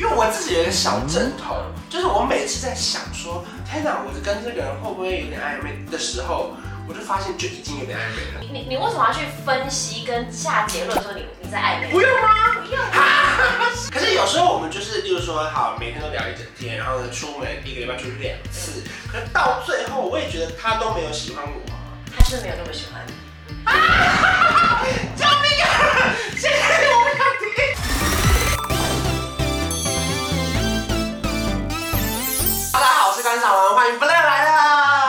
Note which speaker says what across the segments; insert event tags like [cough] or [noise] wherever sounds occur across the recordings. Speaker 1: 因为我自己有一个小枕头，就是我每次在想说，天哪，我跟这个人会不会有点暧昧的时候，我就发现就已经有点暧昧了。
Speaker 2: 你你为什么要去分析跟下结论说你你在暧昧？
Speaker 1: 不用吗？
Speaker 2: 不用。
Speaker 1: [laughs] 可是有时候我们就是，例如说，好，每天都聊一整天，然后呢，出门一个礼拜出去两次，可是到最后，我也觉得他都没有喜欢我。
Speaker 2: 他是没有那么喜欢你。
Speaker 1: 救命啊！谢谢我不想听。大家好，我是甘少文，欢迎不亮来了。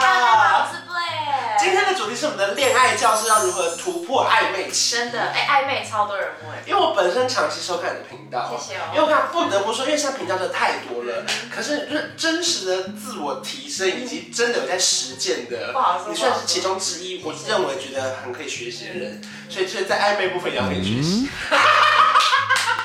Speaker 2: 大家 [laughs] 好，我是 Blair。
Speaker 1: 今天的主题是我们的恋爱教室要如何突破暧昧期。
Speaker 2: 真的，哎、暧昧超多人问。
Speaker 1: 因为我本身长期收看你的频道，
Speaker 2: 谢谢哦嗯
Speaker 1: 因为我看不得不说，因为现在频道真的太多了，可是就是真实的自我提升以及真的有在实践的
Speaker 2: 不好，说
Speaker 1: 你算是其中之一，我认为觉得很可以学习的
Speaker 2: 嗯
Speaker 1: 人，所以就是在暧昧部分也要可以学习。 [laughs]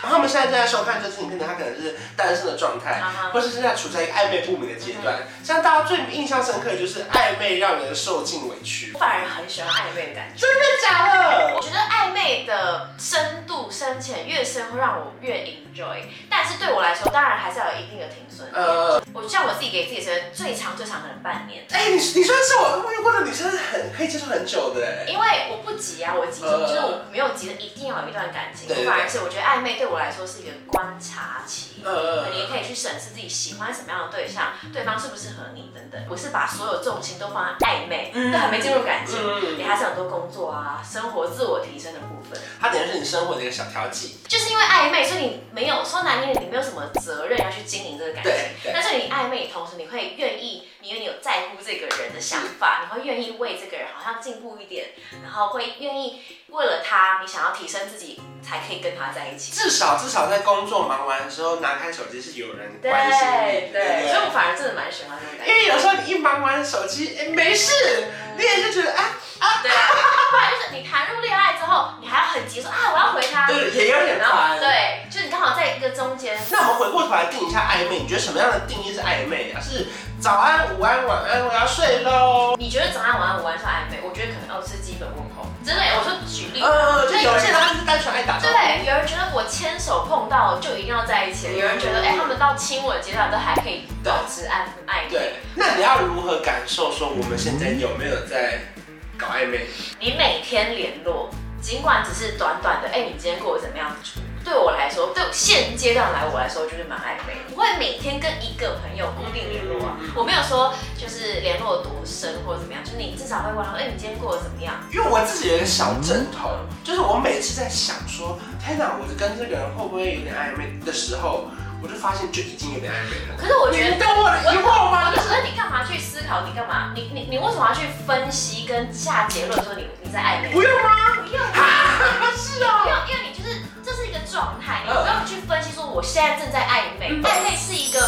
Speaker 1: 然后我们现在正在收看这支影片的，他可能是单身的状态
Speaker 2: 啊哈，
Speaker 1: 或是现在处在一个暧昧不明的阶段。像大家最印象深刻的就是暧昧让人受尽委屈
Speaker 2: 我，反而很喜欢暧昧的感觉。
Speaker 1: 真的假的？
Speaker 2: 我觉得暧昧的深度深浅越深，会让我越 enjoy。但是对我来说，当然还是要有一定的停损。
Speaker 1: 呃，
Speaker 2: 我像我自己给自己时间最长最长可能半年，
Speaker 1: 哎、你你算是我遇过的女生，很可以接受很久的哎、
Speaker 2: 因为我不急啊，我急什么
Speaker 1: 呃
Speaker 2: 就是我没有急着一定要有一段感情，
Speaker 1: 对对对
Speaker 2: 我反而是我觉得暧昧对我来说是一个观察期。
Speaker 1: 呃
Speaker 2: 你也可以去审视自己喜欢什么样的对象，对方适不适合你等等。我是把所有重心都放在暧昧，
Speaker 1: 嗯
Speaker 2: 都还没进入感情，
Speaker 1: 嗯
Speaker 2: 你还是有很多工作啊、生活、自我提升的部分。
Speaker 1: 它等于是你生活的一个小调剂。
Speaker 2: 就是因为暧昧，所以你没有说难听点，你没有什么责任要去经营这个感情
Speaker 1: 对。对
Speaker 2: 但是你暧昧，同时你会愿意，因为你有在乎这个人的想法，你会愿意为这个人好像进步一点，然后会愿意为了他，你想要提升自己，才可以跟他在一起。
Speaker 1: 至少至少在工作忙完的时候，拿开手机是有人
Speaker 2: 对
Speaker 1: 关心你，
Speaker 2: 对，所以我
Speaker 1: 不
Speaker 2: 反而真的蛮喜欢这种感
Speaker 1: 对？
Speaker 2: 觉
Speaker 1: 因。为有时候你一忙完手机，哎、没事，你也是觉得啊，
Speaker 2: 对，不然就是你谈入恋爱之后，你还要很急说啊，我要回他。
Speaker 1: 对，也有点
Speaker 2: 然后
Speaker 1: 烦。。
Speaker 2: 对，就是你刚好在一个中间。
Speaker 1: 那我们回过头来定一下暧昧，你觉得什么样的定义是暧昧啊？是早安、午安、晚安，我要睡喽。
Speaker 2: 你觉得早安晚安午安算暧昧？我觉得可能哦是基本问候。真的，我说举例。
Speaker 1: 呃，就
Speaker 2: 对
Speaker 1: 有
Speaker 2: 有
Speaker 1: 些
Speaker 2: 些
Speaker 1: 人
Speaker 2: 人
Speaker 1: 他就是单纯爱打招呼。
Speaker 2: 对，有人觉得我牵手碰到就一定要在一起了，有人觉得哎、他们到亲吻阶段都还可以保持暧暧昧。
Speaker 1: 对，那你要如何感受说我们现在有没有在搞暧昧？
Speaker 2: 你每天联络，尽管只是短短的，哎、你今天过得怎么样？对我来说，对现阶段来我来说就是蛮暧昧的。我会每天跟一个朋友固定联络啊，
Speaker 1: 嗯
Speaker 2: 我没有说就是联络多深或者怎么样，就是你至少会问他说，哎、你今天过得怎么样？
Speaker 1: 因为我自己有一个小枕头，就是我每次在想说，天哪，我跟这个人会不会有点暧昧的时候，我就发现就已经有点暧昧了。
Speaker 2: 可是我觉得
Speaker 1: 你懂我的疑惑吗
Speaker 2: 我？就觉得你干嘛去思考？你干嘛？你你你为什么要去分析跟下结论说你你在暧昧？
Speaker 1: 不用吗？
Speaker 2: 不用，
Speaker 1: 是啊
Speaker 2: 不。用，因为你就是这是一个状态，你
Speaker 1: 嗯
Speaker 2: 不用去分析说我现在正在暧昧，
Speaker 1: 嗯
Speaker 2: 暧昧是一个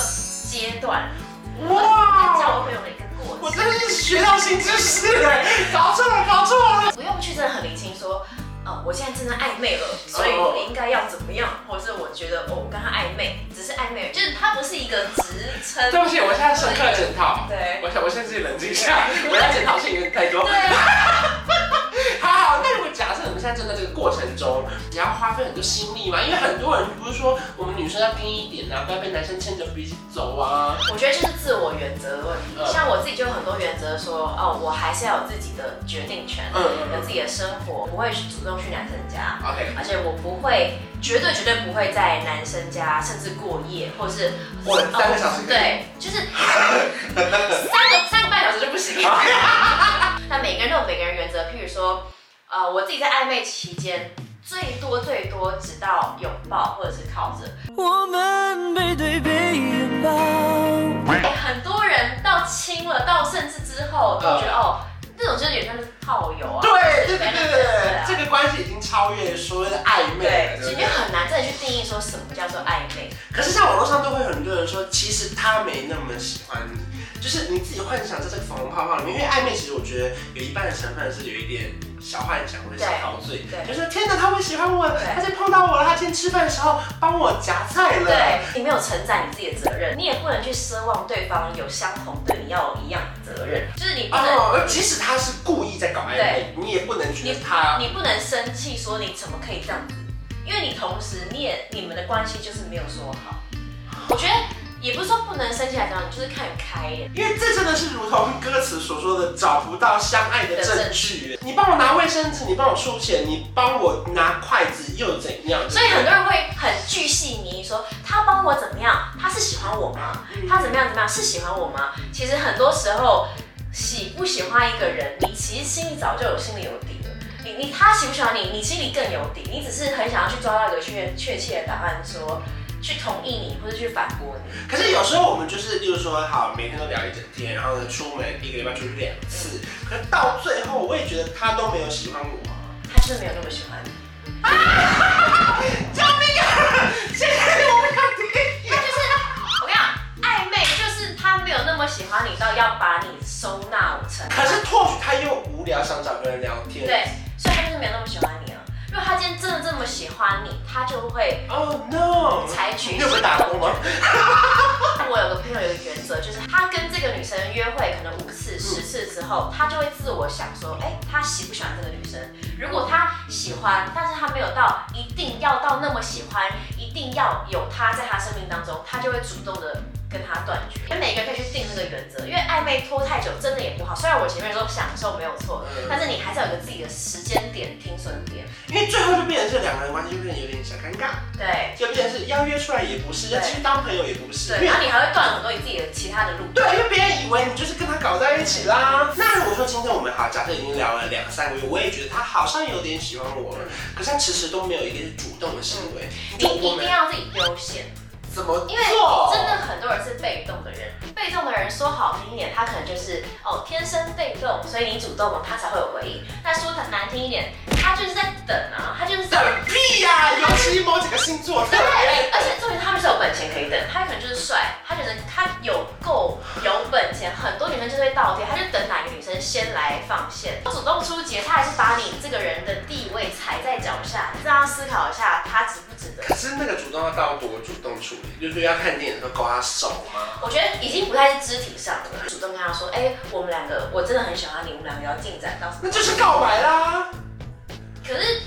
Speaker 2: 阶段，交
Speaker 1: 哇，
Speaker 2: 朋友的一个过
Speaker 1: 我
Speaker 2: 程，
Speaker 1: 真的是学到新知识了，搞错了，搞错了。
Speaker 2: 不用去真的很理清说，呃，我现在正在暧昧了，所以
Speaker 1: 哦
Speaker 2: 我应该要怎么样，或者是我觉得哦，我跟他暧昧，只是暧昧，就是它不是一个职称。
Speaker 1: 对不起，我现在深刻检讨。
Speaker 2: 对
Speaker 1: 我想，我现在自己冷静一下，我要检讨性有点太多。
Speaker 2: 对啊，
Speaker 1: 好好，那如果假设你们现在正在这个过程中，你要花费很多心力嘛？因为很多人不是说我们女生要拼一点啊，不要被男生牵着鼻子走啊。
Speaker 2: 我觉得就是自我原则的问题。
Speaker 1: 嗯
Speaker 2: 像我自己就有很多原则说，哦，我还是要有自己的决定权，
Speaker 1: 嗯嗯嗯
Speaker 2: 有自己的生活，不会去主动去男生家。
Speaker 1: OK，
Speaker 2: 而且我不会，绝对绝对不会在男生家，甚至过夜，或是哦
Speaker 1: 过了三个小时可以
Speaker 2: 对，就是 [laughs] 三个三个半小时就不行。 [laughs] 那每个人都有每个人原则，譬如说，呃，我自己在暧昧期间，最多最多只到拥抱或者是靠着。
Speaker 3: 我们背对背拥抱。
Speaker 2: 哎、很多人到亲了，到甚至之后都觉得、哦，那种就是有点像是炮友啊。
Speaker 1: 嗯对对对对
Speaker 2: 对
Speaker 1: 对
Speaker 2: 啊，
Speaker 1: 这个关系已经超越所谓的暧昧了，对
Speaker 2: 所
Speaker 1: 不
Speaker 2: 以你
Speaker 1: 对？
Speaker 2: 很难真的去定义说什么叫做暧昧。
Speaker 1: 可是像网络上都会有很多人说，其实他没那么喜欢你，就是你自己幻想在这个粉红泡泡里面，因为暧昧其实我觉得有一半的成分是有一点小幻想或者小陶醉，
Speaker 2: 对对
Speaker 1: 就是天哪，他会喜欢我，
Speaker 2: 对
Speaker 1: 他今天碰到我了，他今天吃饭的时候帮我夹菜了，
Speaker 2: 对你没有承载你自己的责任，你也不能去奢望对方有相同对你要有一样的责任，就是你不能，
Speaker 1: 哦，即使他是故意在搞暧昧，你也不能觉得他。
Speaker 2: 你不能生气说你怎么可以这样子，因为你同时你也你们的关系就是没有说好，也不是说不能生气来找你，就是看开耶。
Speaker 1: 因为这真的是如同歌词所说的，找不到相爱的证据。你帮我拿卫生纸，你帮我数钱，你帮我拿筷子，又怎样？
Speaker 2: 所以很多人会很巨细迷说，他帮我怎么样？他是喜欢我吗？他怎么样怎么样？是喜欢我吗？其实很多时候，喜不喜欢一个人，你其实心里早就有心里有底了。你你他喜不喜欢你，你心里更有底，你只是很想要去抓到一个确确切的答案说。去同意你，或者去反驳你，
Speaker 1: 可是有时候我们就是，例如说，好，每天都聊一整天，然后呢，出门一个礼拜出去两次，可是到最后，我也觉得他都没有喜欢我啊。
Speaker 2: 他就是没有那么喜欢你，
Speaker 1: 救命啊！谢谢我们看第
Speaker 2: 他就是我跟你讲，暧昧就是他没有那么喜欢你到要把你收纳成
Speaker 1: 可是或许他又无聊，想找个人聊天。
Speaker 2: 对，所以他就是没有那么喜欢你啊。如果他今天真的这么喜欢你，他就会
Speaker 1: Oh no！
Speaker 2: 采取
Speaker 1: 你有被打工吗？
Speaker 2: [laughs] 我有个朋友有个原则，就是他跟这个女生约会可能五次、
Speaker 1: 嗯
Speaker 2: 十次之后，他就会自我想说，哎、他喜不喜欢这个女生？如果他喜欢，但是他没有到一定要到那么喜欢，一定要有她在他生命当中，他就会主动的跟他断绝。因为每个人可以去定那个原则，因为暧昧拖太久真的也不好。虽然我前面说享受没有错，但是你还是要有个自己的时间点、停损点。
Speaker 1: 嗯因为最后就变成是两个人关系就变得有点小尴尬，
Speaker 2: 对
Speaker 1: 就变成是要约出来也不是，
Speaker 2: 对
Speaker 1: 要继续当朋友也不是，
Speaker 2: 对，
Speaker 1: 因为
Speaker 2: 然后你还会断很多你自己的其他的路。
Speaker 1: 对，因为别人以为你就是跟他搞在一起
Speaker 2: 嗯
Speaker 1: 啦。那如果说今天我们好，假设已经聊了两三个月，我也觉得他好像有点喜欢我
Speaker 2: 嗯
Speaker 1: 了，可是他迟迟都没有一个主动的行为，
Speaker 2: 你
Speaker 1: 我
Speaker 2: 一定
Speaker 1: 们
Speaker 2: 要自己优先，
Speaker 1: 怎么
Speaker 2: 嗯因为
Speaker 1: 做？
Speaker 2: 真的很多人是被动的人。被动的人说好听一点，他可能就是哦天生被动，所以你主动了，他才会有回应。那说的难听一点，他就是在等啊，他就是在
Speaker 1: 等屁呀、尤其某几个星座特
Speaker 2: 对，
Speaker 1: 别。
Speaker 2: 而且重点是他们是有本钱可以等，他可能就是帅，他觉得他有够有本钱，很多女生就是会倒贴，他就等哪个女生先来放线，不主动出击，他还是把你这个人的地位踩在脚下，你让他思考一下，他值不值得。
Speaker 1: 可是那个主动要到多主动处理，就是要看电影的时候勾他手吗？
Speaker 2: 我觉得已经不太是肢体上了，主动跟他说，哎、我们两个我真的很喜欢你，我们两个要进展到什么？
Speaker 1: 那就是告白啦！
Speaker 2: 可是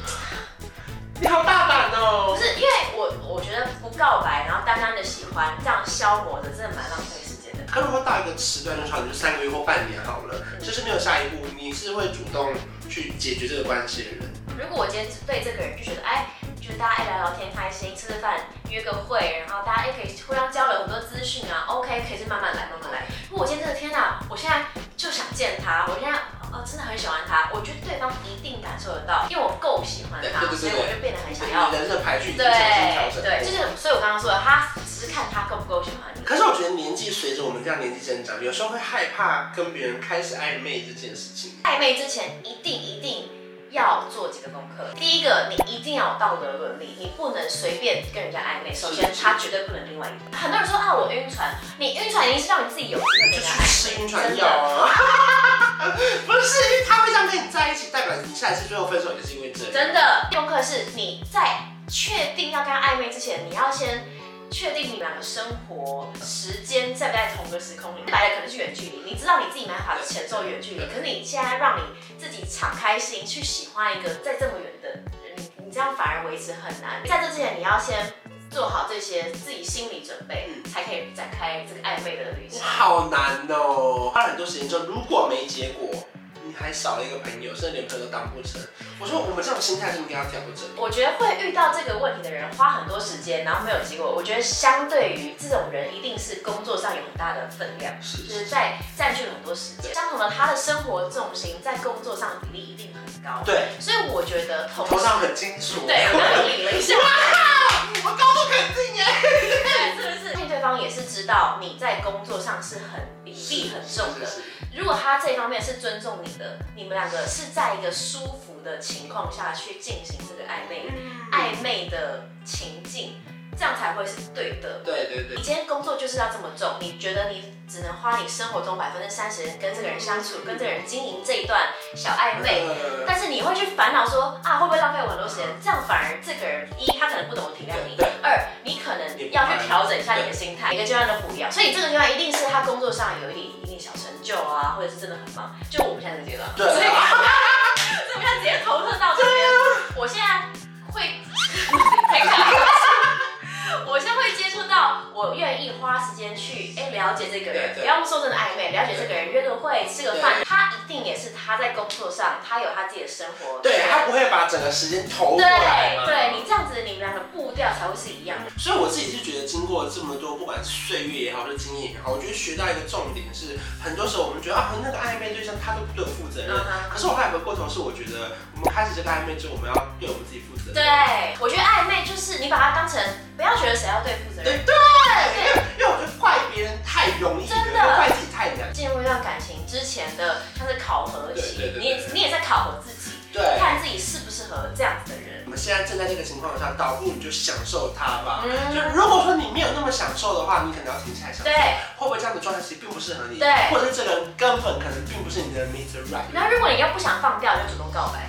Speaker 1: 你好大胆
Speaker 2: 不
Speaker 1: 哦、
Speaker 2: 是因为我我觉得不告白，然后单单的喜欢，这样消磨的真的蛮浪费时间的。
Speaker 1: 可如果到一个时段，就是好，你就三个月或半年好了，就是没有下一步，你是会主动去解决这个关系的人。
Speaker 2: 如果我今天对这个人就觉得，哎，就是大家爱聊聊天开心，吃吃饭约个会，然后大家哎可以互相交流很多资讯啊，OK，可以是慢慢来慢慢来。如果我今天真的天哪，我现在就想见他，我现在。哦，真的很喜欢他，我觉得对方一定感受得到，因为我够喜欢他，
Speaker 1: 对对对对
Speaker 2: 所以我就变得很
Speaker 1: 你
Speaker 2: 想要
Speaker 1: 人生的排序已经
Speaker 2: 对
Speaker 1: 重新调整
Speaker 2: 对，就
Speaker 1: 过。
Speaker 2: 是，所以我刚刚说的，他只是看他够不够喜欢你。
Speaker 1: 可是我觉得年纪随着我们这样年纪增长，有时候会害怕跟别人开始暧昧这件事情。
Speaker 2: 暧昧之前，一定一定要做几个功课。第一个，你一定要有道德伦理，你不能随便跟人家暧昧。首先，他绝对不能另外一半。很多人说啊，我晕船，你晕船一定是让你自己有机会
Speaker 1: 就
Speaker 2: 跟人家
Speaker 1: 去
Speaker 2: 暧
Speaker 1: 吃
Speaker 2: 昧，
Speaker 1: 晕船
Speaker 2: 真
Speaker 1: 药
Speaker 2: 的
Speaker 1: 啊！ [laughs] 不是，因为他会这样跟你在一起，代表你下一次最后分手也是因为这样。
Speaker 2: 真的，功课是你在确定要跟他暧昧之前，你要先确定你们两个生活时间在不在同个时空里。来的可能是远距离，你知道你自己没办法承受远距离，可是你现在让你自己敞开心去喜欢一个在这么远的人，你你这样反而维持很难。在这之前，你要先做好这些自己心理准备，才可以展开这个暧昧的旅程。
Speaker 1: 好难哦、花了很多时间之后，如果没结果，你还少了一个朋友，甚至连朋友都当不成。我说我们这种心态是应该要调整。
Speaker 2: 我觉得会遇到这个问题的人，花很多时间，然后没有结果。我觉得相对于这种人，一定是工作上有很大的分量，
Speaker 1: 是
Speaker 2: 就是在占据了很多时间。相同的，他的生活重心在工作上的比例一定很高。，
Speaker 1: 对，
Speaker 2: 所以我觉得同
Speaker 1: 头
Speaker 2: 时，
Speaker 1: 上很清楚。
Speaker 2: 对我刚刚理了
Speaker 1: [laughs]
Speaker 2: 一下，
Speaker 1: 我高度肯定耶。
Speaker 2: 对，是不是？对方也是知道你在工作上是很比例很重的
Speaker 1: 是。是是
Speaker 2: 如果他这一方面是尊重你的，你们两个是在一个舒服的情况下去进行这个暧昧暧昧的情境，这样才会是对的。
Speaker 1: 对对对
Speaker 2: 你。今天工作就是要这么重，你觉得你只能花你生活中百分之三十跟这个人相处，跟这个人经营这一段小暧昧，
Speaker 1: 呃
Speaker 2: 但是你会去烦恼说啊，会不会浪费我很多时间？这样反而这个人一他可能不懂得体谅你
Speaker 1: 对，
Speaker 2: 二你可能要去调整一下你的心态，每个阶段都不一样，所以这个阶段一定是他工作上有一点一定小成就啊，或者是真的很忙，就我们现在这个阶段，
Speaker 1: 对
Speaker 2: 所以所以我们现在直接投射到这边，我现在会陪他。 [laughs] 我先会接触到我愿意花时间去哎、了解这个
Speaker 1: 对
Speaker 2: 人，
Speaker 1: 对
Speaker 2: 不要说真的暧昧，了解这个人约个会吃个饭
Speaker 1: 对，
Speaker 2: 他一定也是他在工作上，他有他自己的生活，
Speaker 1: 对他不会把整个时间投过来嘛
Speaker 2: 对对，你这样子你们两个步调才会是一样的。
Speaker 1: 所以我自己是觉得，经过这么多，不管是岁月也好，或者经验也好，我觉得学到一个重点是，很多时候我们觉得啊，那个暧昧对象他都不对我负责任
Speaker 2: 嗯哼。
Speaker 1: 可是我后来回过头是，我觉得我们开始这个暧昧之后，我们要对我们自己负责任。
Speaker 2: 对，我觉得暧昧就是你把它当成不要觉得谁要对负责任
Speaker 1: 对，对，因为因为我觉得怪别人太容易了，
Speaker 2: 真的
Speaker 1: 又怪自己太难。
Speaker 2: 进入一段感情之前的像是考核期，
Speaker 1: 对对对对
Speaker 2: 你也你也在考核自己，
Speaker 1: 对，
Speaker 2: 看自己适不适合这样子的人。
Speaker 1: 我们现在正在这个情况下，倒不如你就享受它吧。就
Speaker 2: 嗯，
Speaker 1: 如果说你没有那么享受的话，你可能要停下来想，
Speaker 2: 对。
Speaker 1: 会不会这样的状态其实并不适合你，
Speaker 2: 对
Speaker 1: 或者是这个人根本可能并不是你的 Mr. Right。
Speaker 2: 那如果你要不想放掉，你就主动告白。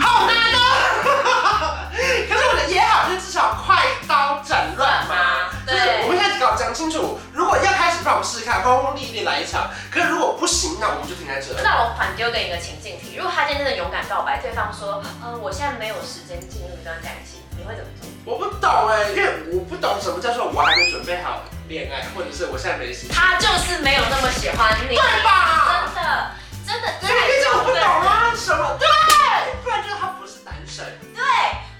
Speaker 1: 好难哦！可是我的也好，就至少快刀斩乱麻。
Speaker 2: 对
Speaker 1: 就是我们现在搞讲清楚，如果要开始，让我们试试看，轰轰烈烈来一场。可是如果不行，那我们就停在这。
Speaker 2: 那我反丢给你一个情境题：如果他今天真的勇敢告白，对方说，呃，我现在没有时间进入一段感情，你会怎么做？
Speaker 1: 我不懂哎，因为我不懂什么叫做我还没准备好恋爱，或者是我现在没时间。
Speaker 2: 他就是没有那么喜欢你，
Speaker 1: 对吧
Speaker 2: 真的，真的，真
Speaker 1: 所以你这我不
Speaker 2: 的
Speaker 1: 懂啊，什么？对，
Speaker 2: 对
Speaker 1: 不然就是他不是单身。
Speaker 2: 对，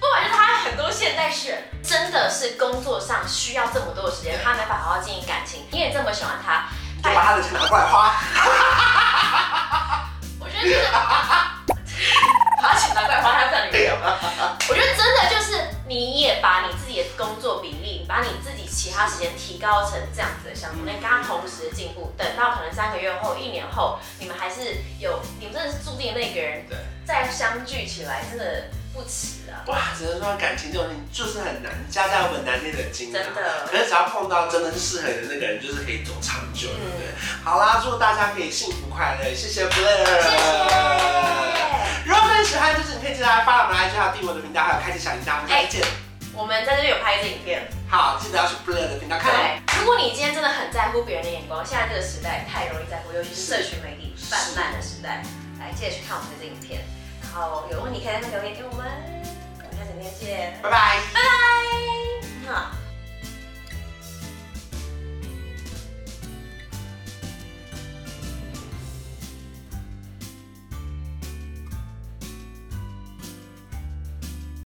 Speaker 2: 不管是他很多现在选，真的是工作上需要这么多的时间，他没法好好经营感情。你也这么喜欢他，
Speaker 1: 就把他的钱拿过来花，
Speaker 2: 我觉得真的， [laughs] 把钱拿过来花他赚
Speaker 1: 对
Speaker 2: 理由
Speaker 1: 呀。。
Speaker 2: 我觉得真的就是你也把你自己的工作比例，把你自己其他时间提高成这样子的项目，那跟他同时进步，等到可能三个月后、一年后，你们还是有，你们真的是注定那个人
Speaker 1: 对
Speaker 2: 再相聚起来，真的不迟啊，
Speaker 1: 哇，只能说感情这种事情就是很难，家家有本难念的经啊。[laughs]
Speaker 2: 真的。
Speaker 1: 可是只要碰到真的是适合你的那个人，就是可以走长久，对不对？好啦，祝大家可以幸福快乐，谢谢 Blair，
Speaker 2: 嗯谢谢。
Speaker 1: 如果你喜欢，就是你可以记得来发我们的 IG，还有订阅我的频道，还有开启小铃铛，我们下次见。
Speaker 2: 我们在这边有拍一支影片。
Speaker 1: 好，记得要去 Blair 的频道看哦。
Speaker 2: 对，如果你今天真的很在乎别人的眼光，现在这个时代太容易在乎，尤其是社群媒体
Speaker 1: 是
Speaker 2: 泛滥的时代，来记得去看我们的影片，然后有问题可以在那留言给我们，我们下次影片见，
Speaker 1: 拜拜。
Speaker 2: 拜拜。嗯